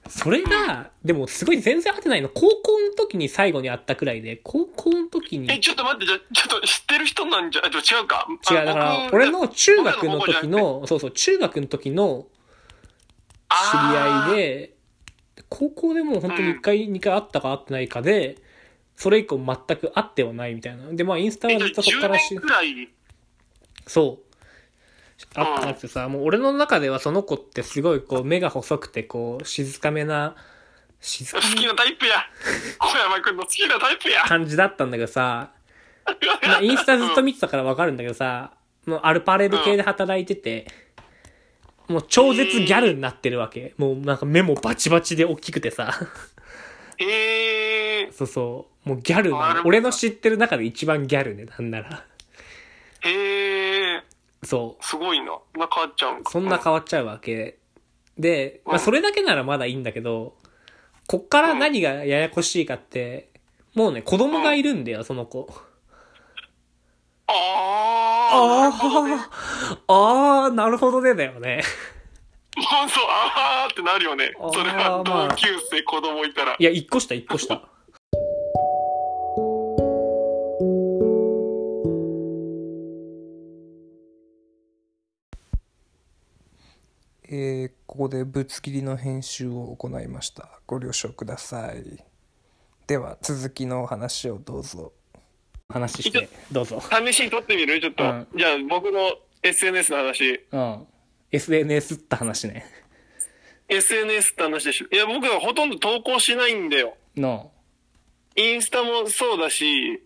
それが、でもすごい全然合ってないの。高校の時に最後に会ったくらいで、高校の時に。え、ちょっと待って、じゃ、ちょっと知ってる人なんじゃ、えっと違うか。違う、あだから、僕俺の中学の僕らの方じ時ゃなの、そうそう、中学の時の知り合いで、高校でもう本当に1回、2回会ったか会ってないかで、それ以降全く会ってはないみたいな。で、まあ、インスタあー、はずっえっととそっか10らし年、くらい。そう。会ってなくてさ、もう俺の中ではその子ってすごいこう、目が細くて、こう、静かめな、静か好きめななタイプや。小山くんの好きなタイプや。感じだったんだけど さ、まあ、インスタずっと見てたからわかるんだけどさ、もうアルパレル系で働いてて、もう超絶ギャルになってるわけ。もうなんか目もバチバチで大きくてさ。へえそうそう。もうギャルあなれのも俺の知ってる中で一番ギャルね、なんなら。ー、へえそすごいな。そんな変わっちゃうんう。そんな変わっちゃうわけ。で、まうあんそれだけならまだいいんだけど、こっから何がややこしいかって、もうね、子供がいるんだよ、その子。あー。ああ、ああ、なるほどね、だよね。もうそう、あーってなるよね。あーそれはまあ同級生、子供いたら。いや、一個下、一個下。 えーここでぶつ切りの編集を行いましたご了承くださいでは続きのお話をどうぞ話して、どうぞ。試しに撮ってみるちょっと。うんじゃあ、僕の SNS の話。うん。SNS って話ね。 SNS って話でしょ。いや、僕はほとんど投稿しないんだよ。の、インスタもそうだし、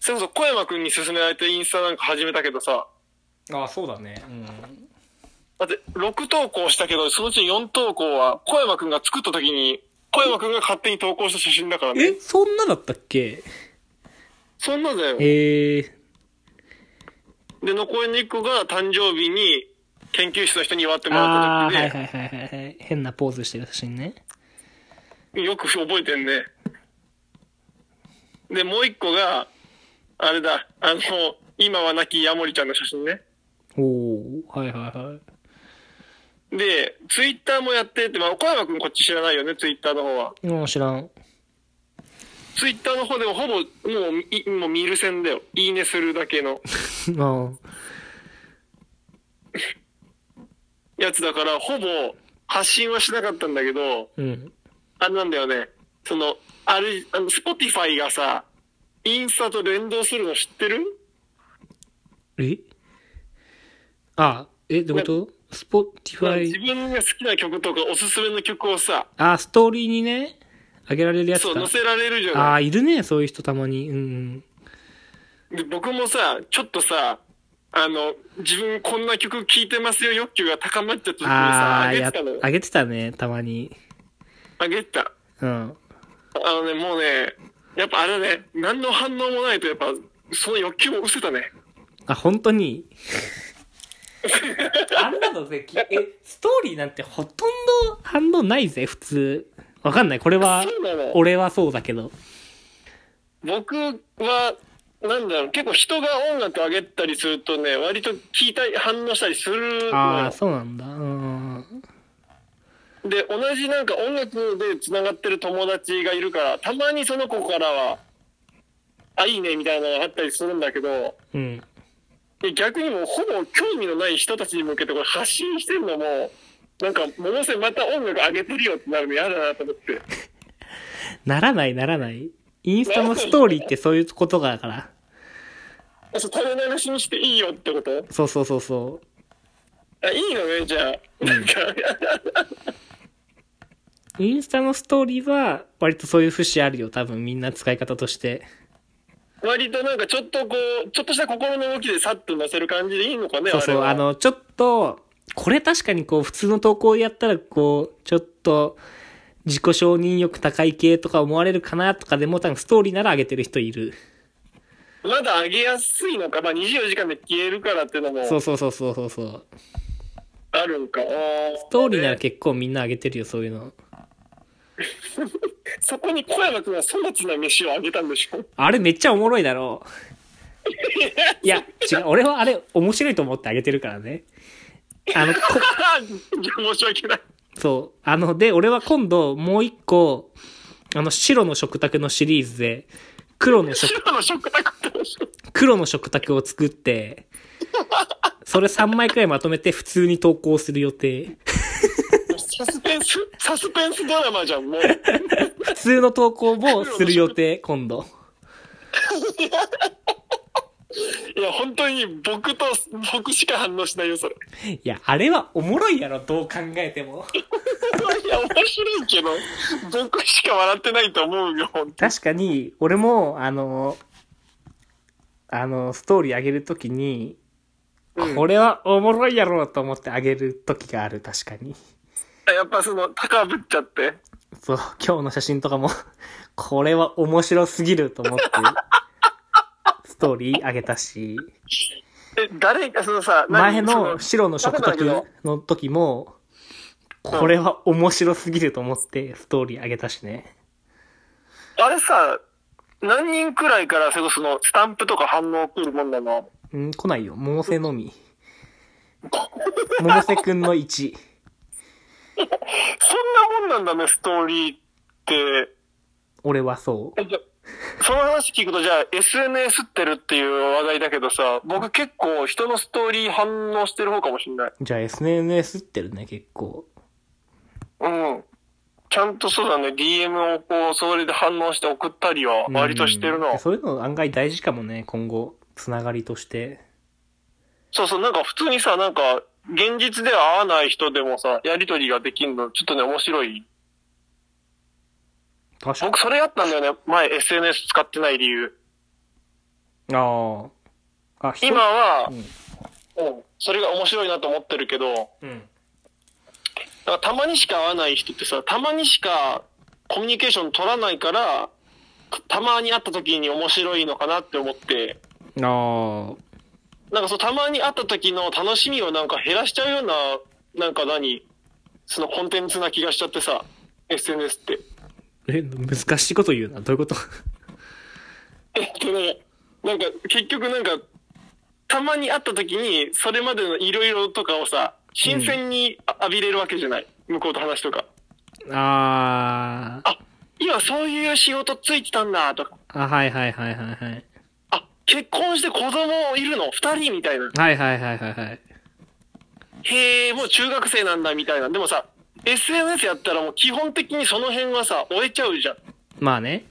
それこそ小山くんに勧められてインスタなんか始めたけどさ、ああ、そうだね。だって6投稿したけど、そのうち4投稿は小山くんが作った時に、小山くんが勝手に投稿した写真だからね。え、そんなだったっけそんなんだよ。ええで、残りの1個が誕生日に研究室の人に祝っー。てもらあっあ、はいた時はいはいはいはい。変なポーズしてる写真ね。で、よく覚えてんね。で、もう1個が、あれだ、あの、今は亡きヤモリちゃんの写真ね。おおはいはいはい。で、ツイッターもやってて、まあ、小山くんこっち知らないよね、ツイッターの方は。もう知らん。ツイッターの方でもほぼ、もう、いもう見る線だよ。いいねするだけのあやつだから、ほぼ発信はしなかったんだけど、うん。あれなんだよね。その、あれ、あの、スポティファイがさ、インスタと連動するの知ってるえああ、え、ってことスポティファ自イ。分が好きな曲とかおすすめの曲をさ、ああ、ストーリーにね、あげられるやつそう、か載。せられるじゃあない。あ、いるね、そういう人たまに。うん。で僕もさ、ちょっとさ、あの、自分こんな曲聴いてますよ欲求が高まっちゃった時にさ、ああー、げやてたのよ、。あげてたね、たまに。あげてた。うん。あのね、もうね、やっぱあれね、何の反応もないと、やっぱ、その欲求も失せたね。あ、本当 にあんなのぜ、きえ、ストーリーなんてほとんど反応ないぜ、普通。わかんない。これはそうなの、俺はそうだけど。僕は、なんだろう、結構人が音楽上げたりするとね、割と聞いたり、反応したりするのあよあ、そうなんだ。うん。で、同じなんか音楽で繋がってる友達がいるから、たまにその子からは、あ、いいね、みたいなのがあったりするんだけど、うん。で逆にもうほぼ興味のない人たちに向けてこれ発信してるのも、なんか、ものせまた音楽上げてるよってなるの嫌だなと思って。ならない、ならない。インスタのストーリーってそういうことだから。あそう、垂れ流しにしていいよってことそうそうそうそう。あ、いいのね、じゃあ。なんか、インスタのストーリーは、割とそういう節あるよ、多分みんな使い方として。割となんかちょっとこう、ちょっとした心の動きでさっと乗せる感じでいいのかね、そうそう、ああれは。の、ちょっと、これ確かにこう、普通の投稿やったら、こう、ちょっと、自己承認欲高い系とか思われるかなとかでも、多分ストーリーなら上げてる人いる。まだ上げやすいのか、まあ24時間で消えるからっていうのもそうそうそうそうそうそう。あるんか。スストーリーなら結構みんな上げてるよ、そういうの。そこに小山くんは粗末な飯をあげたんでしょ あれめっちゃおもろいだろう。いや、違う、俺はあれ面白いと思ってあげてるからね。あの、こ、ああ、じゃあ申し訳ない。そう。あの、で、俺は今度もう一個、あの、白の食卓のシリーズで、黒の 食、白の食卓って面白い黒の食卓を作って、それ3枚くらいまとめて普通に投稿する予定。サスペンス、サスペンスドラマじゃん、もう。普通の投稿もする予定、今度。いや、本当に僕と、僕しか反応しないよ、それ。いや、あれはおもろいやろ、どう考えても。いや、面白いけど、僕しか笑ってないと思うよ、本当確かに、俺も、あの、あの、ストーリー上げるときに、うんこれはおもろいやろと思って上げるときがある、確かに。やっぱその、高ぶっちゃって。そう、今日の写真とかも、 これは面白すぎると思って、ストーリー上げたし、え、誰か、そのさ、何前の白の食卓の時も、これは面白すぎると思って、ストーリー上げたしね。あれさ、何人くらいから、それこその、スタンプとか反応来るもんなのうん、来ないよ。百瀬の み。百瀬くんの1。そんなもんなんだね、ストーリーって。俺はそえじゃその話聞くと、じゃあ、SNS ってるっていう話題だけどさ、僕結構人のストーリー反応してる方かもしんない。う。じゃあ SNS ってるね、結構。うん。ちゃんとそうだね、DM をこう、それで反応して送ったりは、うん割としてるな。そういうの案外大事かもね、今後。つながりとして。そうそう、なんか普通にさ、なんか、現実では会わない人でもさ、やりとりができるの、ちょっとね、面白い。確か僕、それやったんだよね、前 SNS 使ってない理由。に。ああ。あ、人今は、うんうん、それが面白いなと思ってるけど、うん。だからたまにしか会わない人ってさ、たまにしかコミュニケーション取らないから、たまに会った時に面白いのかなって思って、あなんかそう、たまに会った時の楽しみをなんか減らしちゃうような、なんか何、そのコンテンツな気がしちゃってさ、SNS って。あ。え、難しいこと言うな。どういうこと えっとね、なんか結局なんか、たまに会った時に、それまでのいろいろとかをさ、新鮮にあ浴びれるわけじゃない。向こうと話とか。ああ。あ、今そういう仕事ついてたんだ、とか。あ、はいはいはいはいはい。あ、結婚して子供いるの二人みたいな。はいはいはいはいはい。へえ、もう中学生なんだみたいな。でもさ、SNS やったらもう基本的にその辺はさ、終えちゃうじゃん。まあね。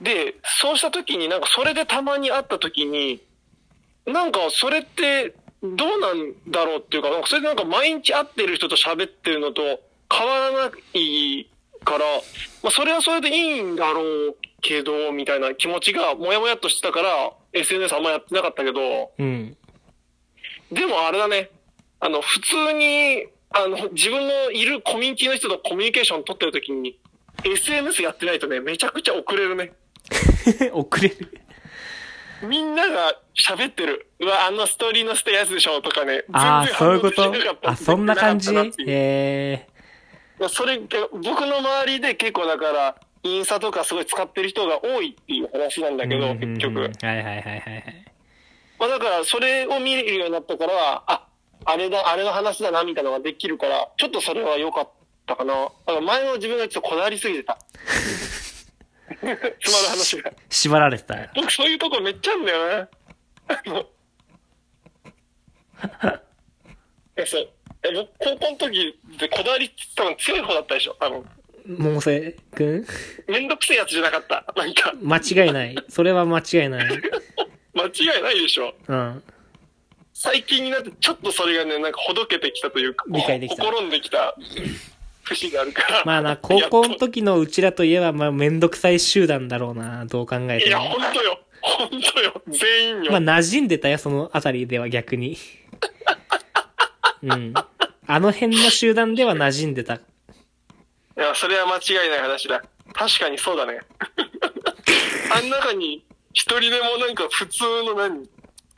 で、そうした時になんかそれでたまに会った時に、なんかそれってどうなんだろうっていうか、なんかそれでなんか毎日会ってる人と喋ってるのと変わらないから、まあそれはそれでいいんだろうけど、みたいな気持ちがもやもやっとしてたから、SNS あんまやってなかったけど、うん。でもあれだね、あの、普通に、あの、自分のいるコミュニティの人とコミュニケーション取ってる時に、SNS やってないとね、めちゃくちゃ遅れるね。 遅れる。みんなが喋ってる。うわ、あのストーリーのしたやつでしょとかね。ああ、全然そういうこ反と応できなかったあ、そんな感じできかったっていうえまあそれって僕の周りで結構だから、インスタとかすごい使ってる人が多いっていう話なんだえけど、うんうんうん結局。はいはいはいはいはい。まあだから、それを見るようになったからは、あ、あれだ、あれの話だな、みたいなのができるから、ちょっとそれは良かったかな。だから前の自分がちょっとこだわりすぎ てた。 つまる話が。縛られてたよ。僕そういうとこめっちゃあるんだよね。あ の。いやそう。え、僕、高校の時でこだわり多分強い方だったでしょ多分。百瀬くんめんどくせえやつじゃなかった。なんか、間違いない。それは間違いない。間違いないでしょ。うん。最近になってちょっとそれがね、なんかほどけてきたというか、理解できたほころんできた節があるから。まあな、高校のやっ時のうちらといえば、まあめんどくさい集団だろうな、どう考えといてや、も。ほんとよ。ほんとよ。全員よ。まあ馴染んでたよ、そのあたりでは逆に。うん。あの辺の集団では馴染んでた。いや、それは間違いない話だ。確かにそうだね。あん中に、一人でもなんか普通の何、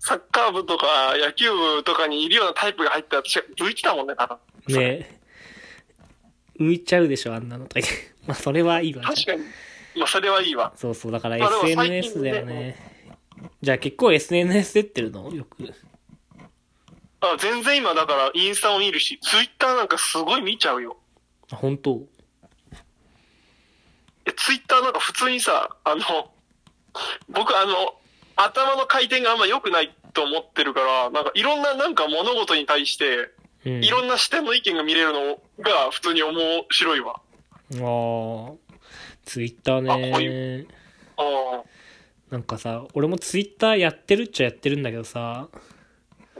サッカー部とか野球部とかにいるようなタイプが入ったら、確か浮いてたもんね、多分。ね浮いちゃうでしょ、あんなのとか 言って。まあそれはいいわ。確かに。まあ、それはいいわ。そうそう、だからまあでも最近 SNS だよねね。じゃあ結構 SNS 出ってるのよく。あ全然今だからインスタも見るし、ツイッターなんかすごい見ちゃうよ。あ本当えツイッターなんか普通にさ、あの、僕あの、頭の回転があんま良くないと思ってるから、なんかいろんななんか物事に対して、うん。いろんな視点の意見が見れるのが普通に面白いわ。ああ、ツイッターあこうね。ああなんかさ、俺もツイッターやってるっちゃやってるんだけどさ、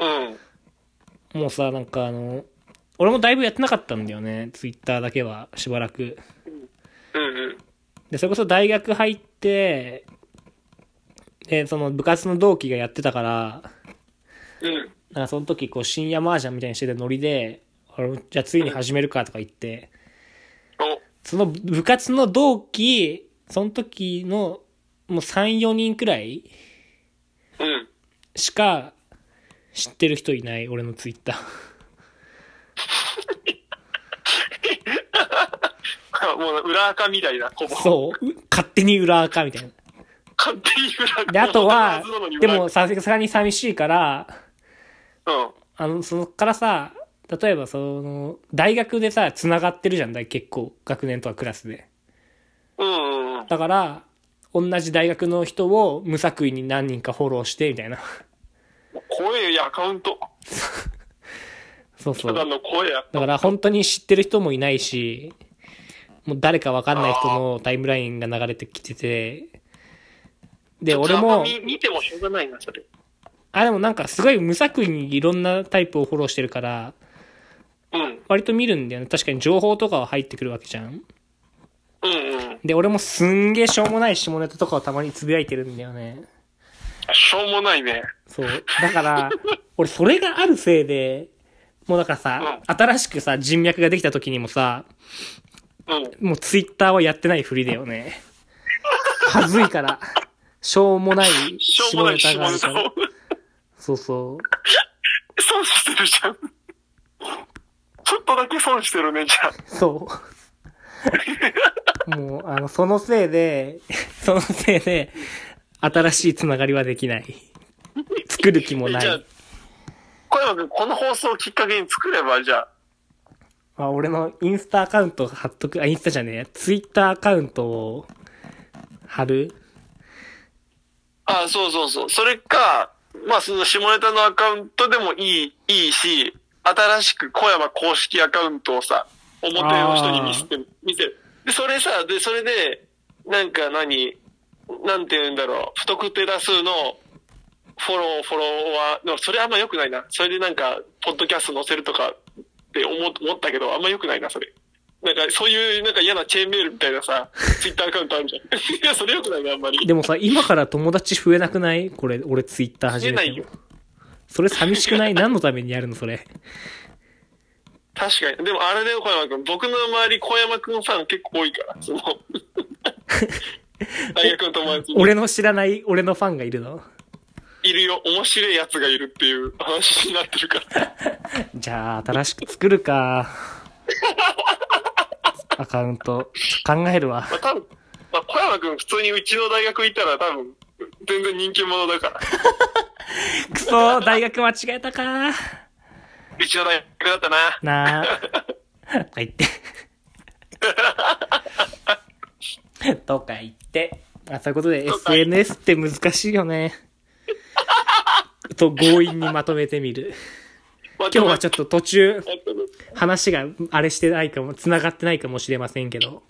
うん。もうさ、なんかあの、俺もだいぶやってなかったんだよね、ツイッターだけは、しばらく。うんうん。で、それこそ大学入って、で、その部活の同期がやってたから、うん。なんかその時こう深夜麻雀みたいにしてたノリで、俺もじゃあついに始めるかとか言って、おその部活の同期、その時のもう3、4人くらいうん。 しか知ってる人いない、俺のツイッター。もう裏垢みたいな、こぼそう。う勝手に裏垢みたいな。勝手に裏垢。で、あとは本当のはずなのに、で裏垢もさすがに寂しいから、うん。あの、そのからさ、例えばその、大学でさ、繋がってるじゃん、大結構、学年とかクラスで。うんうんうん。だから、同じ大学の人を無作為に何人かフォローして、みたいな。 怖えよ、アカウント。そうそたう。だだの声や。から本当に知ってる人もいないし、もう誰かわかんない人のタイムラインが流れてきてて、で、俺ちょっとあもんま、見見てもしょうがないな、それ。あ、でもなんかすごい無作為にいろんなタイプをフォローしてるから、うん。割と見るんだよね。確かに情報とかは入ってくるわけじゃん。うんうん。で、俺もすんげえしょうもない下ネタとかをたまにつぶやいてるんだよね。しょうもないね。そう。だから、 俺それがあるせいで、もうだからさ、新しくさ、人脈ができた時にもさ、うん。もうツイッターはやってないふりだよ ね。はずいから。しょうもないしょ下うもなネいタ下があネるかタら。を。そうそう。 損してるじゃん。ちょっとだけ損してるね、じゃあ。 そう。もう、あの、そのせいで、 そのせいで、新しいつながりはできない。作る気もなじゃあい。、小山君、この放送をきっかけに作れば、じゃあ、あ、俺のインスタアカウント貼っとく、あ、インスタじゃねえ、ツイッターアカウントを貼るあそうそうそう。それか、まあその下ネタのアカウントでもいい、いいし、新しく小山公式アカウントをさ、表の人に見せて、見せる。で、それさ、で、それで、なんか何、なんて言うんだろう、不特定多数のフォロー、フォロワーの、それあんま良くないな。それでなんか、ポッドキャスト載せるとかって思思ったけど、あんま良くないな、それ。なんか、そういう、なんか嫌なチェーンメールみたいなさ、ツイッターアカウントあるじゃん。 いや、それ良くないね、あんまり。でもさ、今から友達増えなくないこれ、俺ツイッター増始えめなて。いよ。それ寂しくない何のためにやるのそれ。確かに。でも、あれだよ、小山くん。僕の周り、小山くんさん結構多いから、その、大学の友達に俺の知らない、俺のファンがいるのいるよ、面白いやつがいるっていう話になって るから。じゃあ、新しく作る か。アカウント、考えるわ。まあ、多分、まあ、小山くん普通にうちの大学行ったら多分、全然人気者だから。くそ大学間違えたかうちの大学だったな。なあ。とか言 って。とか言って。あ、そういうことでとか言 SNS って難しいよね。と強引にまとめてみる。まあ、今日はちょっと途中、でも話があれしてないかも、繋がってないかもしれませんけど、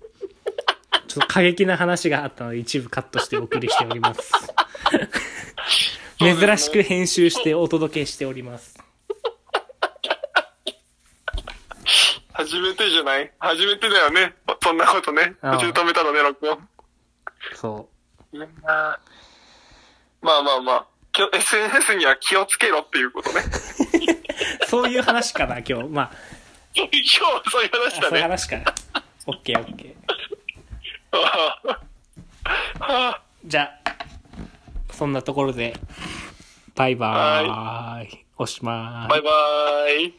ちょっと過激な話があったので一部カットしてお送りしております。そうですね珍しく編集してお届けしております。初めてじゃない初めてだよね。そんなことね。ああ途中止めたのね、録音。そいやまあまあまあ。きょ SNS には気をつけろっていうことね。う。そういう話かな、今日。まあ、今日はそういう話あだそう いうね。話かな。オッケーオッケー。はあじゃあ、そんなところで、バイバーイ。おしまーいバイバーイ。